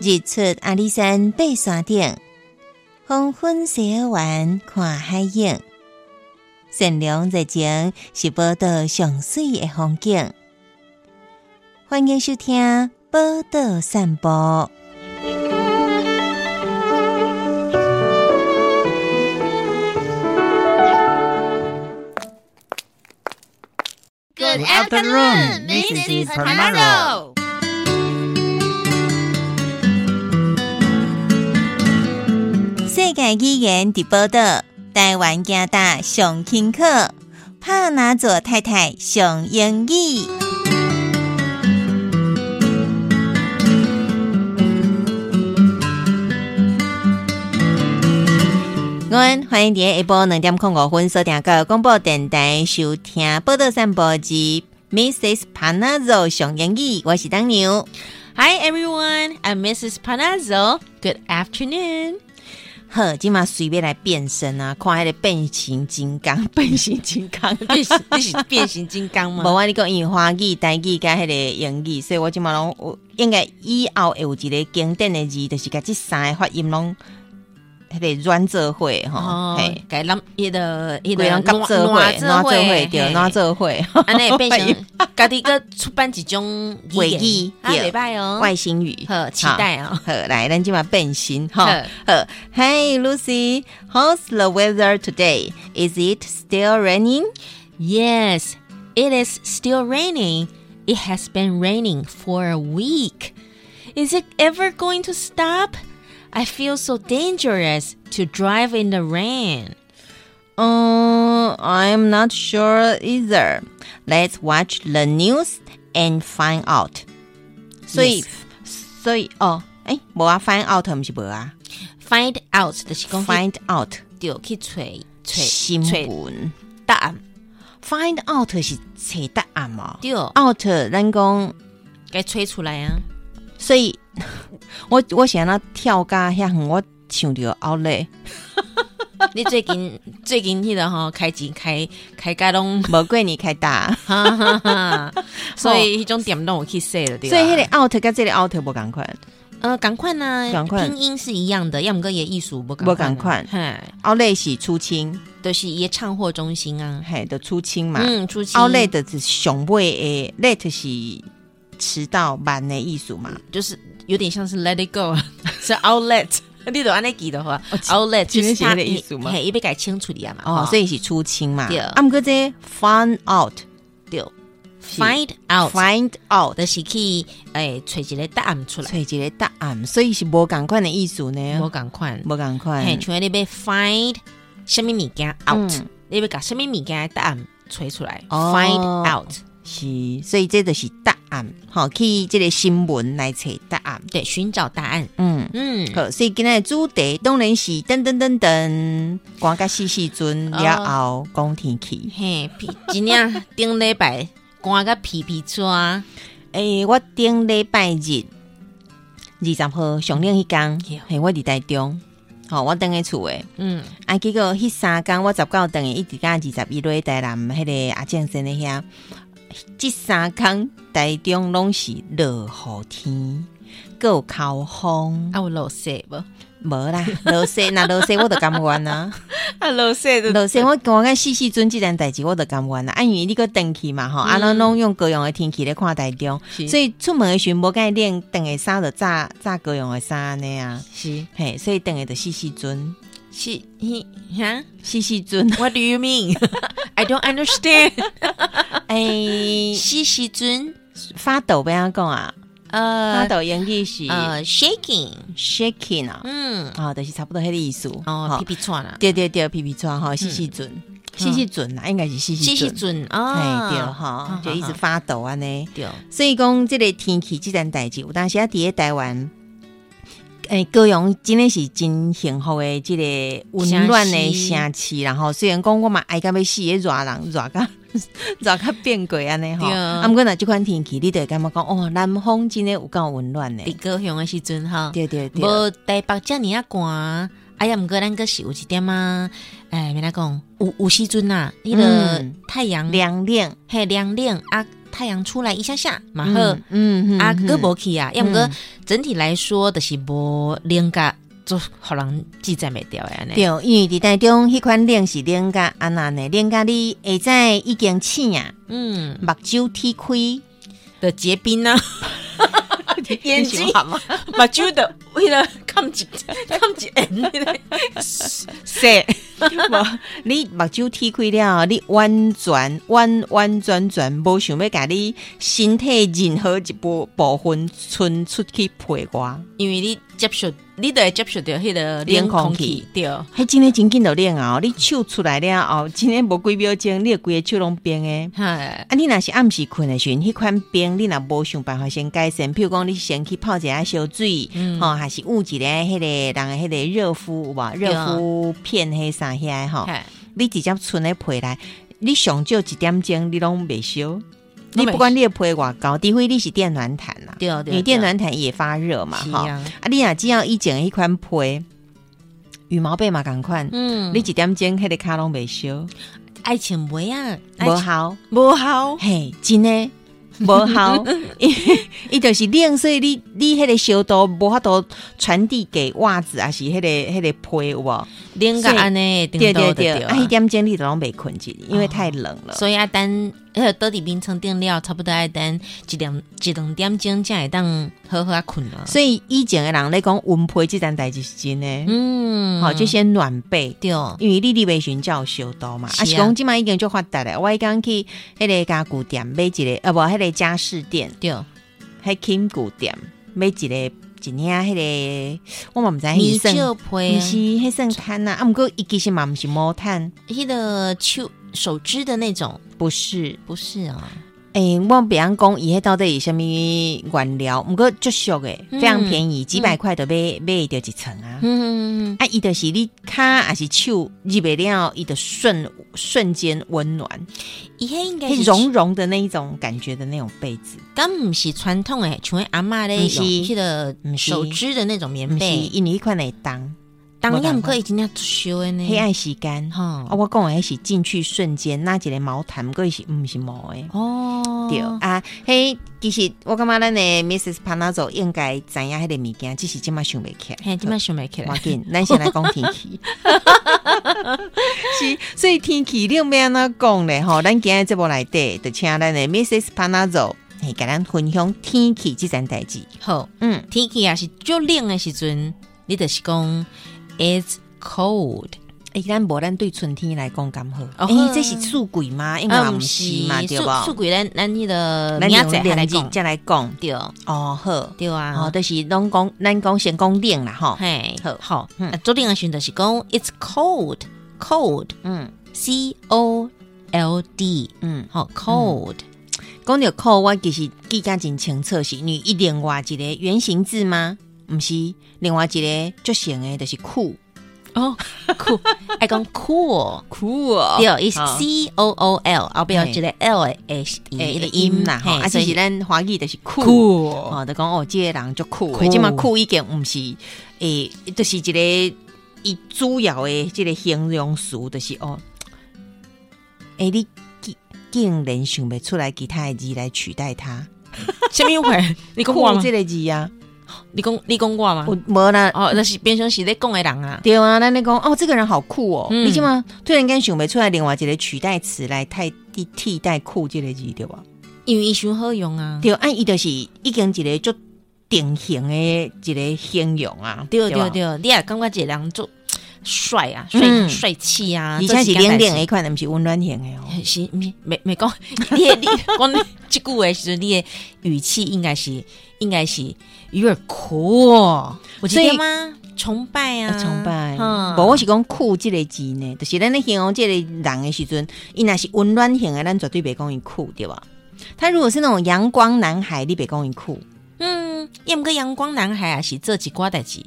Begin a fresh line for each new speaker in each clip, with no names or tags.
日出阿里山爬山顶，黄昏西尔湾看海影。善良热情是报道上水的风景。欢迎收听《报道散步》。
Good afternoon, Mrs. Tamaro.
世界语言直报道，台湾加大上轻课，帕拿佐太太上英语。阮欢迎伫下晡两点零五分收听个广播电台收听报道散播及 Mrs. Panazzo 上英语，我是当牛。
Hi everyone, I'm Mrs. Panazzo. Good afternoon.
呵，今嘛随便来变身啊，看迄个变形金刚，变形金刚，
这是这是变形金刚
无
吗？
我你讲伊华语、台语甲迄个英语，所以我即嘛拢有应该以后会有一个经典的字，就是甲即三个发音拢迄个软做伙吼，
哦
嘿，，
改咱迄个迄
规个
个
人甲做伙，软做伙对，软
做，
做伙，
安尼 变成家己个出版一种
尾翼
啊，
对
礼拜哦，
外星语，
好期待啊！
好，来，咱今晚变形哈。
好
好，Hey Lucy, how's the weather today? Is it still raining?
Yes, it is still raining. It has been raining for a week. Is it ever going to stop? I feel so dangerous to drive in the rain.
Uh, I'm not sure either. Let's watch the news and find out. 所以，所以哦，哎，无啊，find out 毋是无啊
Find out 就是讲去
，find out
着去揣
新
揣揣
闻
答案，
，find out 是找答案嘛
对，
？out 咱讲，
该揣出来啊。
所以 我我想那跳加遐远，我想着 out 嘞，，
你最近最近迄个吼开钱开开甲 拢
无过你开打，
哈哈哈。所以迄种点拢有去说了 对吧。啊
所以迄个 out 跟这个 out 无共款
呃，赶快呢，
赶快
拼音是一样的，要么个也艺术不赶
不赶快
嘿，
，out 嘞是出清，
都是一唱货中心啊，
嘿，就出清嘛。
嗯，出去
outlet 是上尾的，late 是迟到慢的意思嘛。
就是有点像是 Let It Go，是 Outlet，你都安尼记的话，Outlet
哦今
就是
天写
他
的意思吗
嘿，伊被改清楚的啊嘛，
哦，所
以
以是出清嘛。
对
啊，毋过这 find out
对，Find out。
find out
就是去诶，找一个答案出来
找，一个答案，所以是无共款的意思呢
无，共款。
无共款。
嘿，像你要 find 什么物件 out，、
嗯
你要把什么物件的答案找出来、
哦
f i n d out，
是，所以这就是答案。吼，去即个新闻来找答案。
对，寻找答案。
嗯，
嗯，
好，所以今天的主题当然是噔噔噔噔，赶甲四四阵了后讲天气。
嘿，皮今天顶礼拜赶个皮皮抓，
诶、我顶礼拜日二十号上岭迄
对
天，嘿，我伫台中，吼、我等咧厝诶，
嗯，
啊，结果迄三工我十九等于一直到二十一落台南迄个阿健生诶遐，即三工台中拢是落雨天，还有口风，
啊，有落雪无？
无啦，落雪若落雪我都甘愿啊。
啊，落雪的
落雪，我感觉细细准即件代志，我都甘愿啦。啊，因为你个天气嘛吼，啊，
嗯
咱拢用高阳的天气咧看台中，
是
所以出门的时阵无甲伊练等的衫就炸炸高阳的衫安尼啊。
是
嘿，所以等的就细细 准，
是嘿哈
细细 准。
？What do you mean? I don't understand.
哎，
是时阵
发抖要安讲啊？发
呃
抖英语是
呃 shaking，
shaking 啊，
嗯，
啊，就是差不多迄个意思。
哦
吼
皮皮嗯抓啦，
对对对，皮皮抓吼，细细准，细细准啦，应该是细
是
细
时
准。
阵
哎
啊，
对吼，就一直发抖安尼。
对。
所以讲，即个天气即件代志，有当时啊，伫咧台湾，诶、高雄真的是真幸福的，即个温暖的城市。然后虽然讲我嘛爱甲要死的热人，热甲 热甲变过安尼吼，
对
啊，毋过若即款天气，你就会感觉讲哦，南方真的有够温暖的。
伫高雄的时阵哈，
对对对，
无台北遮尔啊寒，哎呀，毋过咱个是有一点啊，哎，免来讲，有有时阵啊，迄个
嗯
太阳
凉凉，
嘿凉凉啊，太阳出来一下下，嘛好、
嗯嗯
啊，
嗯
个无去啊，要毋过
嗯
整体来说，就是无冷甲做互人记载袂掉安
对
尼。，
因为伫台中迄款冷是冷甲安那呢，冷甲你会在已经醒啊，
嗯，
目睭踢开，
的结冰啊， 眼睛
好吗？
目睭的为了看 一看一眼，
是，无 你目睭踢开了，你完全完完全全无想要甲你身体任何一部部分伸出去陪我，
因为你接触，你都会接触到迄个
冷
冷
空
空
气
气，对。
迄真诶真紧就冷啊！你手出来了后，真诶无几秒钟，你规个手拢冰诶。
嗨，
啊，你若是暗时困的时阵，迄款冰你若无想办法先改善，譬如讲你先去泡一下烧水，
嗯
吼、还是捂一个迄个人的迄个热敷有无？
对
热
啊
敷片迄啥遐的吼，
嗨
你直接存咧皮内，你上少一点钟你拢袂烧。你
拢袂
不管你的皮偌高，除非你是电暖毯啦、
对对，
因为电
对
暖毯也发热嘛
是
吼。
啊
啊，你若只要一整迄款皮，羽毛被嘛共款，
嗯，
你
你
一点钟迄个骹拢袂烧，
爱情袂啊，
无效。
无好，
嘿，真的无 效， 伊伊就是冷，所以你你迄个烧度无法度传递给袜子，还是迄、个迄、个被有无？
冷个安尼，
对
顶
对
多就
对，
了
啊，迄点钟你都拢袂困去，因为太冷了。
所以啊，等迄个倒伫冰床顶了，差不多爱等一两一两点钟才会当好好啊困啊。
所以以前的人咧讲温被即件代志是真的，好、
嗯，
就先暖被。
对，
因为你你微信才有烧到嘛，
是啊
啊是讲即摆已经足发达咧。我迄工去迄个家具店买一个，啊无迄个家饰店，
对，
迄金具店买一个一领迄、个，我嘛毋知道那
米
是算
酒啊
毋
配
是迄算碳呐，啊，毋过伊其实嘛毋是毛碳，
迄个手手织的那种，
不是。
不是啊，
诶、我别人讲伊迄到底是啥物原料，毋过足俗诶，
嗯
非常便宜，几百块都买买着一层啊。
嗯，
啊，伊就是你骹还是手入袂了，伊就瞬瞬间温暖，
伊迄应该
迄
是
绒绒的那一种感觉的那种被子，
敢毋是传统诶，像阿嬷咧
不是
用迄个嗯
不是
手织的那种棉
毋是
被，
因为迄款会当，
当然
没
毋过已经要烧诶
迄
呢，
爱时间。啊，
吼，
我讲诶是进去瞬间，那一个毛毯，毋过伊是毋是毛诶。
哦，
对啊，嘿，其实我感觉咱的 Mrs. Panazzo 应该知影迄个物件，只是即马想袂起来。
嘿，即摆想袂起
要
来，
紧，咱先来讲天气。 是，所以天气你要安怎讲咧？吼，咱今日节目内底，就请咱的 Mrs. Panazzo 嘿，甲咱分享天气即件代志。
好。
嗯，
天气也是足冷的时阵，你就是讲 it's cold，
诶，咱无咱对春天来讲刚好。
哦
诶、
好
这是四季吗？应该毋啊是嘛，对
四四
无？
鬼咱咱迄个
咱
明
用
仔载还
冷
来
日
讲，
再来讲。
对
哦，好，
对
哦，
啊，
就是拢讲，咱讲先讲冷啦，吼。
嘿，
好
好，
嗯
啊，昨天的时阵就是讲 it's cold，cold，c
嗯
o l d，
嗯。
好 cold，
讲到扣，我其实记甲真清楚，是你一另外一个原型字吗？毋是，另外一个足型的，就是酷
哦，cool，爱讲 cool。
酷哦
对，伊是
好
C O O L，后壁有一个 L 的
诶，
诶诶
的
嗯个
音
音
啦，吼，
嘿
啊，
所
就
以
是咱华语就是酷，
cool，
哦，就讲哦，即个人足酷的，
酷
即嘛酷已经毋是，诶，就是一个伊主要的即个形容词，就是哦，诶，你竟竟然想袂出来其他的字来取代它，
什么 话？你讲我
酷
吗
即？个字啊，
你讲你讲我吗？
有无啦，
哦，那是平常时咧讲的人啊。
对啊，咱咧讲哦，这个人好酷哦，
嗯
你即嘛突然间想袂出来另外一个取代词来替替替代酷即个字对吧？
因为伊伤好用啊。
对，按伊就是已经一个足典型的一个形容啊，
对
吧
对，对，你也感觉这个人做帅啊，
嗯
帅帅气啊，
而且是冷冷的款，毋是温暖型的哦。
这是件代志。是，没没没讲， 你的你讲这句话的时候，你的语气应该是应该是 you're cool，我
所
觉
以
得吗？崇拜啊，
啊崇拜，
嗯
无、我是讲酷即个字呢，就是咱咧形容即个人的时阵，伊若是温暖型的，咱绝对袂讲伊酷对吧？他如果是那种阳光男孩，你袂讲伊酷，
嗯，要么个阳光男孩啊，是这几瓜代志，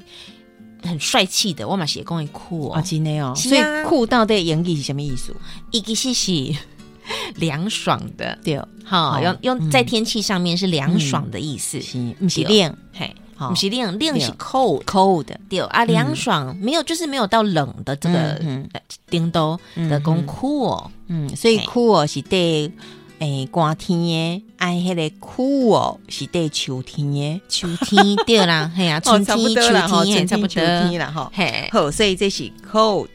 很帅气的，我嘛是讲伊酷
啊，
哦，
真的哦。
是
所以
啊
酷到底演技是什么意思？
伊其实是 凉爽的，
对，
好，
好
用
嗯
用在天气上面是凉爽的意思，
是，毋是
对哦
冷？
嘿，
哈
不，是冷，冷
对
是哦 cold。
扣的
对啊，凉爽、没有，就是没有到冷的这个
嗯
呃叮咚的功酷哦。
嗯，所以
嘿
酷哦是对诶寒天诶，爱迄个酷哦是对秋天诶，
秋天对 啦，嘿呀，春天、秋天嘿哦差不
秋天
多，
啦吼。
嘿，
好，所以这是 cold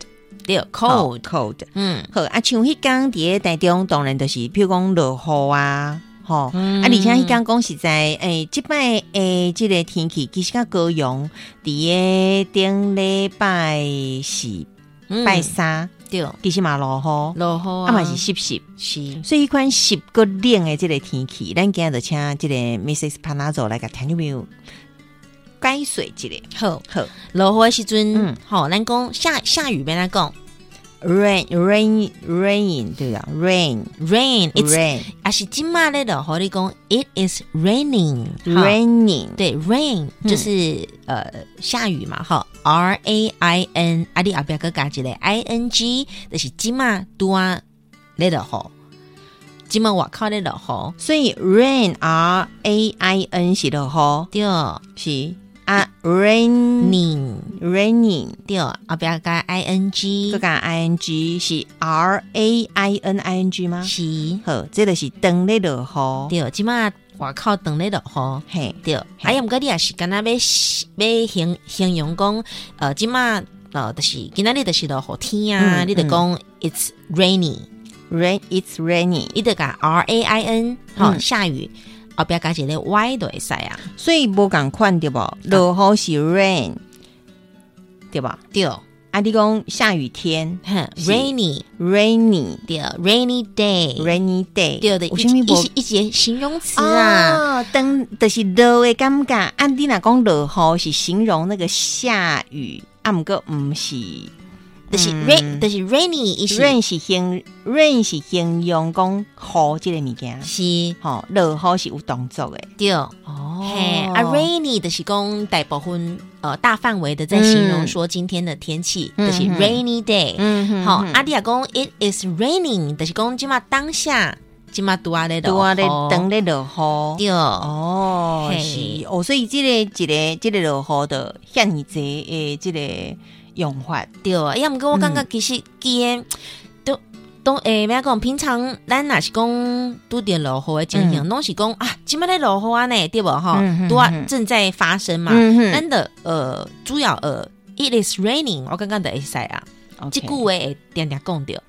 对，cold，哦
cold。
嗯，
好啊，像迄工伫咧台中，当然就是，譬如讲落雨啊，吼、
嗯
啊，而且迄工讲实在，诶、即摆诶，即个天气其实较高阳，伫咧顶礼拜四、
嗯
拜三，
对，哦
其实嘛落雨，
落雨
啊嘛是湿湿，
是，
所以迄款湿个冷诶，即个天气，咱今日就请即个 Mrs. Panazzo 来甲听众朋友解说一下。
好，
好
落雨的时阵
嗯，
好，咱讲下下雨边来讲
，rain rain rain 对啊，rain
rain，it's
rain
啊是今嘛咧的，和你讲 it is raining，哈
raining
对，rain 就是呃下雨嘛，哈，R A I N，啊你后壁个加一个 I N G，就是今嘛拄啊咧的吼，今嘛外口咧落雨。
所以 rain r a i n 是落
对
雨，是啊 rain
，ning
raining
对，后壁加 i n
个
g
加 i n g 是 r a i n i n g 吗？
是，
好，这就是当咧落雨，
对，即马外口等咧落雨，
嘿，
对，啊，呀，毋过你也是敢若要是要形形容讲，呃，即马呃，就是今仔日就是落雨天啊，
嗯
你就讲 it's rainy，
rain it's raining，
你就甲 r a i n 吼
嗯
下雨，后壁加一个 y 就会使啊，
所以无共款对无？落雨是 rain 对吧？
对，
啊，你讲下雨天
哼
是
，rainy
，rainy
对，rainy day。
rainy day，
嗯对的，
有啥物
一
无
一一节形容词啊，
哦，当就是落的感觉。啊，你若讲落雨是形容那个下雨，啊，毋过毋是
就是 rain，
嗯
就是 rainy，伊是
rain 是形 rain 是形容讲雨即个物件。
是
吼、落雨是有动作的。
对，
哦
嘿，啊，rainy 的是讲大部分呃大范围的在形容说今天的天气，就
嗯
是
嗯
rainy day。
嗯
好，阿弟亚讲 it is raining，就是讲今嘛当下，今嘛拄啊咧
拄啊咧
落雨
等咧落雨。
对，
哦，
嘿
是哦，所以即、个即、个即、个落雨的遐尔济诶，即个用法。
对，哎要毋过我感觉
嗯
其实伊诶都都诶，咩讲？平常咱若是讲拄着落雨的情形，拢是讲啊，今嘛咧落雨啊呢，对无吼
嗯嗯嗯，
拄啊
嗯
正在发生嘛。
嗯
咱的呃，主要呃，it is raining，我感觉就会使啊。
哼，
即句话会定定讲着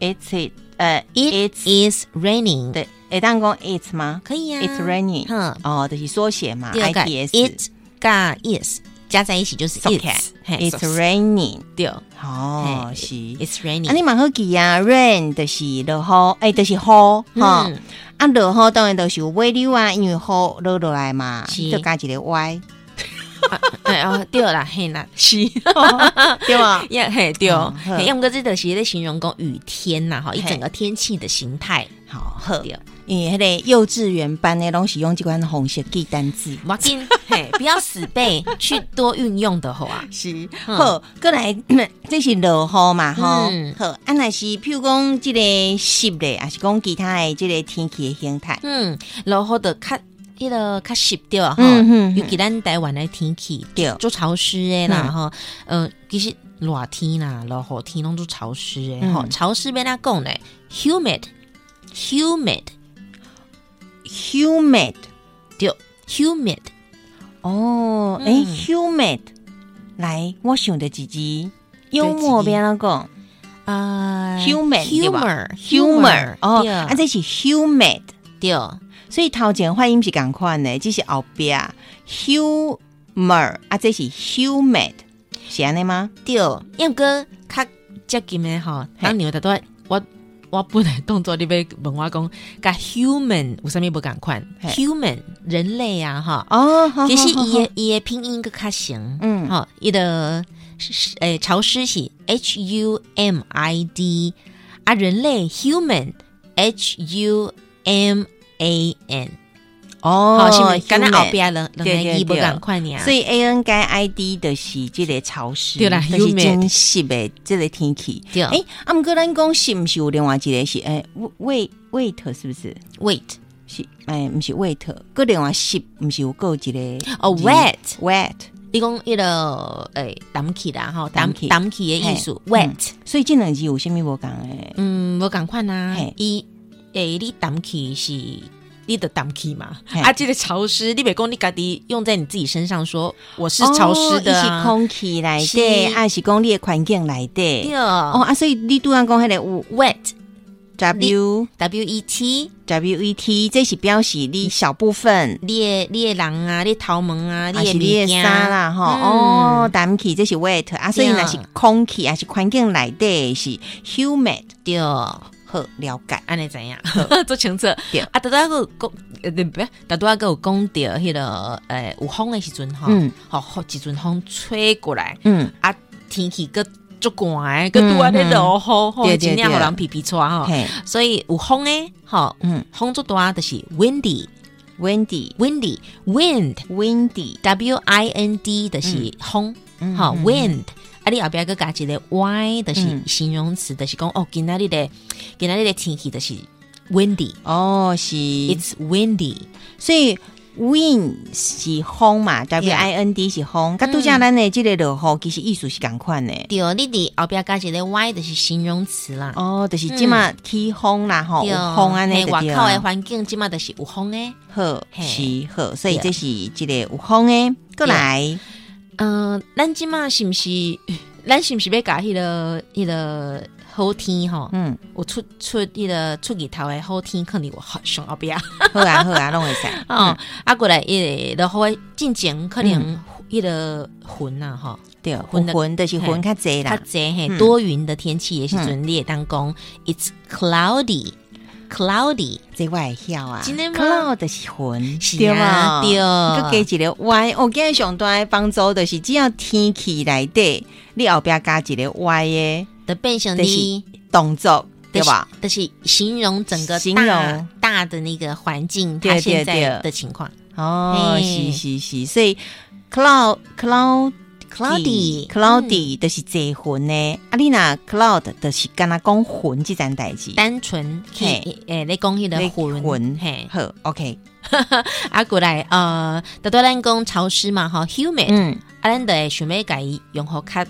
it's it，呃
It
，it's
is raining，，
对，会当讲 it's 吗？
可以啊
It's raining
哼，
哦，就是缩写嘛
第二个
，ITS。
it 加 is 加在一起就是
Okay
it's，嘿
It's
so-
raining。
对
哦，
嘿
是。
，it's
啊，你
raining，
蛮好记啊，rain 就是落雨，哎，就是雨哈。
嗯，
啊，落雨当然就是有尾流啊，因为雨落落来嘛，
是
就加一个 y，
哎哦，对啦，嘿啦，是，
哦对吧？
呀嘿对，
嗯好
嘿，要么这就是咧形容讲雨天呐，哈，一
嘿
整个天气的形态，
好，好
对。
因为迄个幼稚园班的拢是用即款方式记单字。
要紧， 嘿，不要死背，去多运用的好啊，
是，
嗯
好，过来， 这是落雨嘛，吼、
嗯
好，啊，若是譬如讲即个湿的，还是讲其他的即个天气的形态，
嗯，然后的较迄个较啊湿掉哈，
嗯嗯嗯
尤其咱台湾的天气，
对，嗯
做潮湿诶啦吼，呃，其实热天啦、落雨天拢做潮湿诶吼，
嗯
潮湿要哪讲咧？humid humid
humid
对 humid
哦，
嗯
诶、h u m i d 来，我想着一支幽默边那个
啊
Humid，对吧
humor
humor 哦，
对
啊，这是 humid，
对
所以头前发音是共款的，只是后壁 humor 啊，这是 humid，是安尼吗？
对，要哥较接近诶吼，当你有多我。我本来动作你要问我讲，甲 human 有啥物无共款
嘿
？human 人类啊，哈，
哦，好
其实
好好
伊的伊的拼音个较像，
嗯
吼、伊的是诶潮湿是 H U M I D，啊，人类 human H U M A N，
哦
好、是是？敢若
human
后壁两两
对
个
对
字无
对
共款尔，
所以 A N 加 I D 就是即个潮湿，
对啦
就是
，humid
真湿的即个天气。
对
诶，啊，毋过咱讲是毋是有另外一个是诶 wait wait 是不是？
wait
是哎，毋是 wet，个另外湿，毋是有够一个
哦，wet
wet，
伊讲迄个诶，澹起啦吼，澹
澹起
澹起的意思
嘿
，wet，
所以即两字有啥物无共诶？
嗯，无共款啊
嘿，
伊诶，你澹起是你的澹起嘛？
嘿
啊，即个潮湿，你袂讲你家己用在你自己身上说我是潮湿的
哦它是
啊，
空气内底，
是
啊是讲你的环境内
对
底。哦啊，所以你拄安讲迄个有
，wet
W
W E T，
W E T，这是表示你小部分，
你的你的人啊，你的头毛啊，
啊是
的
你的
物件
衫啦吼。
嗯
哦，氮气这是 wet，啊，所以
对啊
若是空气，啊是环境内底是 humid，
对，
好了解。
安尼怎样？ 做清楚
对
啊，大家有讲，呃，不，大家有讲到迄个，诶，有风的时阵吼
嗯，
吼，吼一阵风吹过来，
嗯，
啊，天气个足寒，个拄啊咧落雨，吼，
对对
真正
对
互人皮皮喘吼，
嘿，
所以有风诶，吼，
嗯
风足大就是 windy，windy，wind。
，windy。Windy，
W I N D 就是风，
嗯
好
嗯
wind。啊，你后壁个加一个 y，就是
嗯
形容词，就是讲哦，今仔日的今仔日的天气就是 windy，it's
哦是，
windy。
所以 wind 是风嘛，W I N D 是
嗯
风，甲拄则咱的即个落雨其实意思是共款的。
对，你伫后壁加一个 y，就是形容词啦。
哦，就是即嘛起风啦吼，
嗯对，
哦有风安尼
嘿
就
外
对
口的
了。
环境即嘛就是有风诶。
好
嘿
是好，所以
对
这是一个有风的。过来，
嗯、咱即嘛是毋 是？咱是毋是要甲迄、个迄、个好天吼？
嗯，
有出出迄、个出日头的好天，肯定有好上后壁。
好啊好啊， 拢会使。
哦
嗯，
啊，过来伊个落雨进前可能伊个云啊吼，
对，
云的
云就是云较济
较
啦，
济嘿
嗯
多云的天气的时阵，你会当讲 it's cloudy cloudy，
这我会晓啊。
真的吗
Cloud 就是云，
是啊
对吧
对
佮加一个 Y，我今日上大的帮助就是只要天气内底，你后壁加一个 Y 的
的变成
就是
你
动作，对吧？？
但是形容整个
形
大
容
大的那个环境，
对
它现
对
在
对
的情况
哦，是
嘿
是是，所以 cloud cloud
cloudy 嗯
cloudy 就是济云呢。啊，你若 cloud 就是敢若讲云即件代志
嗯。单纯去
嘿
诶，你讲迄个云
云
嘿，
好，OK，
啊过来呃，大多咱讲潮湿嘛吼，humid。
嗯
啊，咱就会想要甲伊用好较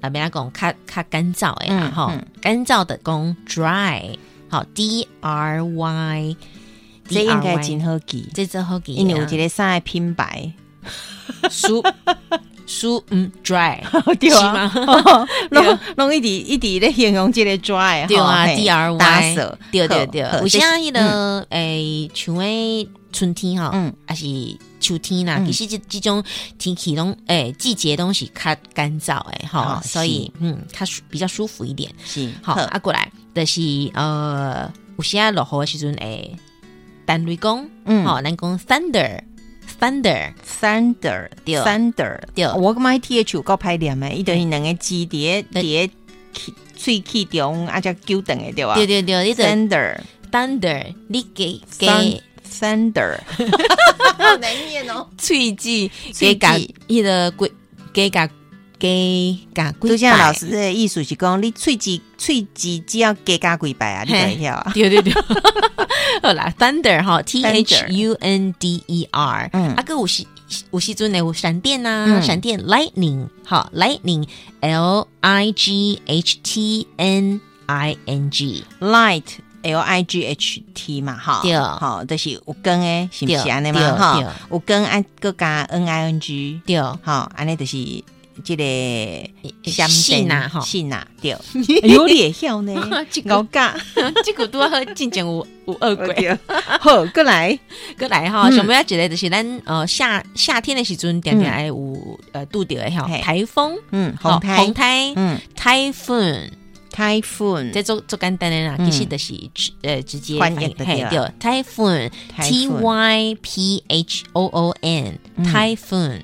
啊，边讲较较干燥诶啦
嗯
吼
嗯，
干燥的讲 dry，好 d r y，
这应该真好记，
这只好记啊，
因为有一个啥的品牌，
舒舒嗯 dry，
对
啊
是吗？拢拢一直一直咧形容即个 dry，
对啊
吼嘿
DRY
打扫，
对
好
对对，
好
有些
这是
迄个诶，像诶春天吼，
嗯
还是秋天啦，
嗯
其实即即种天气拢诶季节拢是较干燥诶吼
哦，
所以嗯，较舒比较舒服一点。
是
好啊，过来，就是呃，有时啊落雨的时阵，诶，单雷公，
嗯
好、咱讲 thunder，thunder，
Thunder，
对
Thunder，
对
我感觉 T H 有够歹念的，伊就是两个字叠
对
叠喙齿中啊，才纠等的对吧
对对对，你的
？Thunder
thunder，你给给
三 Thunder，好难念 哦。
喙齿
喙
给甲
齿
迄个鬼给甲给甲
杜
鬼
建老，师的意思是讲，你喙齿喙齿只要加加几摆啊，你就会晓啊。
对对对， 好啦，thunder 哈，t h u n d e r，
嗯
啊，个有时有时阵呢有闪电呐、
嗯
闪电 lightning 好 lightning l i g h t n i n g
Light L I G H T 嘛，哈，
对
好，就是有光诶，是不
对
是安尼
对
嘛，哈
对，
有光啊，搁加 N I N G，
对，哦
好，安尼就是即个
信 啊吼，
信呐，对，有会晓呢
这哦
咬架，
这个都好进前有有恶鬼，
哦 好，过来，
过来哈，
嗯
想要一个就是咱呃夏夏天的时阵，点点爱有呃拄着的吼
嗯嘿
台风，
嗯，红
吼
台
哦红，台
嗯
typhoon，
，typhoon，
这做做简单的啦，
嗯
其实就是直呃直接
翻译
翻译
就
嘿
对了
对 typhoon t
typhoon
y p h o o n
嗯
typhoon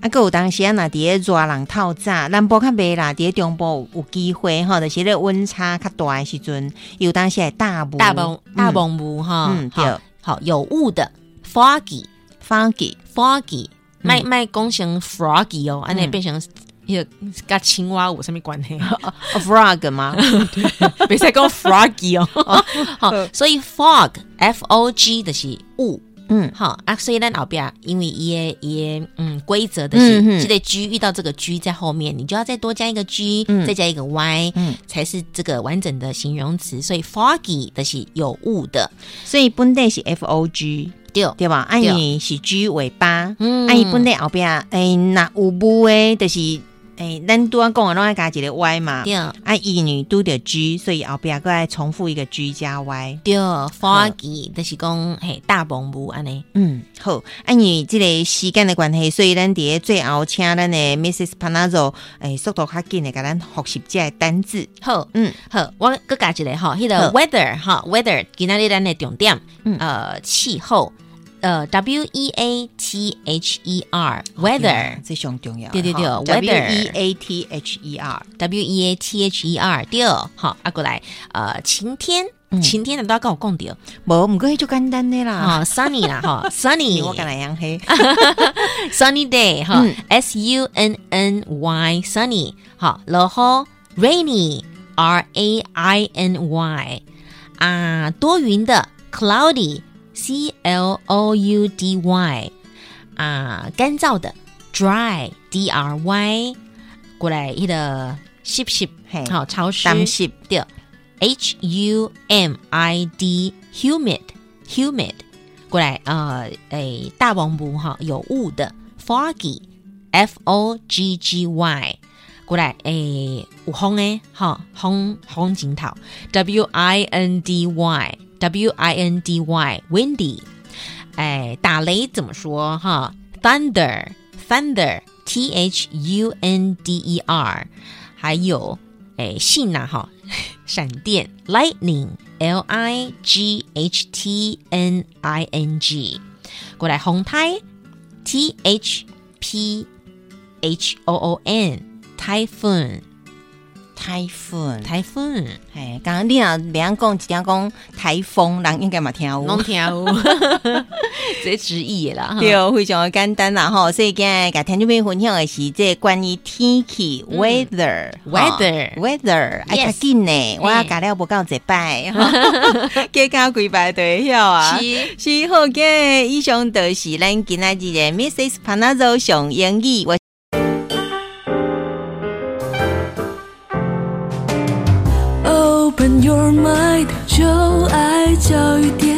啊，个有当时啊，若伫咧热人透早，咱波较袂啦，伫咧中部有机会吼，就是咧温差较大诶时阵，有当时会大雾，
大蒙大蒙雾哈，
嗯
好
对
好有雾的 foggy
，foggy，
foggy，卖卖讲成 froggy 哦，安尼
嗯
变成迄甲青蛙有啥物 关系？
哦 frog 吗？
袂使讲 froggy 哦。好，所以 fog f o g 就是雾。
嗯，
好啊，所以咱后边因为伊的伊的嗯规则的
嗯
是，
哼
这个 G 遇到这个 G 在后面，你就要再多加一个 G，、
嗯
再加一个 Y，、
嗯
才是这个完整的形容词。所以 foggy 的是有雾的，
所以本地是 F O G
对，
对吧？啊，
对
伊是 G 尾巴，
嗯
啊，伊本地后壁诶，若有母诶，就是诶，咱拄仔讲诶，拢爱加一个 Y 嘛。
对
啊，伊呢拄着 G，所以后壁个爱重复一个 G 加 Y。
对 foggy 的是讲嘿大蒙雾安尼，
嗯，好，啊，你即个时间的关系，所以咱伫咧最后请咱的 Mrs. Panazzo，诶、速度较紧的，甲咱复习这个单字。
好。
嗯，
好，我搁加一个吼，迄、个
好
weather 哈 weather，今仔日咱的重点，
嗯
呃，气候，呃，w e a t h e r
哦
weather，
嗯这上重要的。
对对对
吼
weather
W E A T H E R。
W E A T H E R 对，好，啊过来，呃，晴天，
嗯
晴天的都要跟我讲掉
无，毋过迄就简单的啦。
啊，Sunny 啦哈 ，Sunny，
我敢来样嘿。
Sunny day 哈
嗯
，S U N N Y Sunny 好，然后 Rainy R A I N Y 啊，多云的 Cloudy C L O U D Y 啊，干燥的 Dry D R Y 过来一个 ship ship
嘿
好潮湿
担心
对，H U M I D humid humid 过来呃诶大王不哈有雾的 foggy F O G G Y 过来诶有风诶哈风风景头 W I N D Y W I N D Y windy 哎打雷怎么说哈 thunder thunder T H U N D E R 还有哎信呐、哈。闪电 （lightning）。L I G H T N I N G，过来红胎 T H P H O O N typhoon
台风。
typhoon，
哎，刚刚你若袂晓讲，一定要讲台风，人应该嘛听有。
拢听有，哦 直接直译啦。哈
对，啊非常的简单啦吼，所以今日甲听众朋友分享的是这关于天气 weather
嗯 Weather
吼 weather，哎
Yes 嗯
较紧呢，我要教了无够一摆， 吼加加几摆就会晓啊。
是
是好嘅，以上就是咱今仔日的 Mrs. Panazzo 上英语，我
，Open your mind，就爱教育电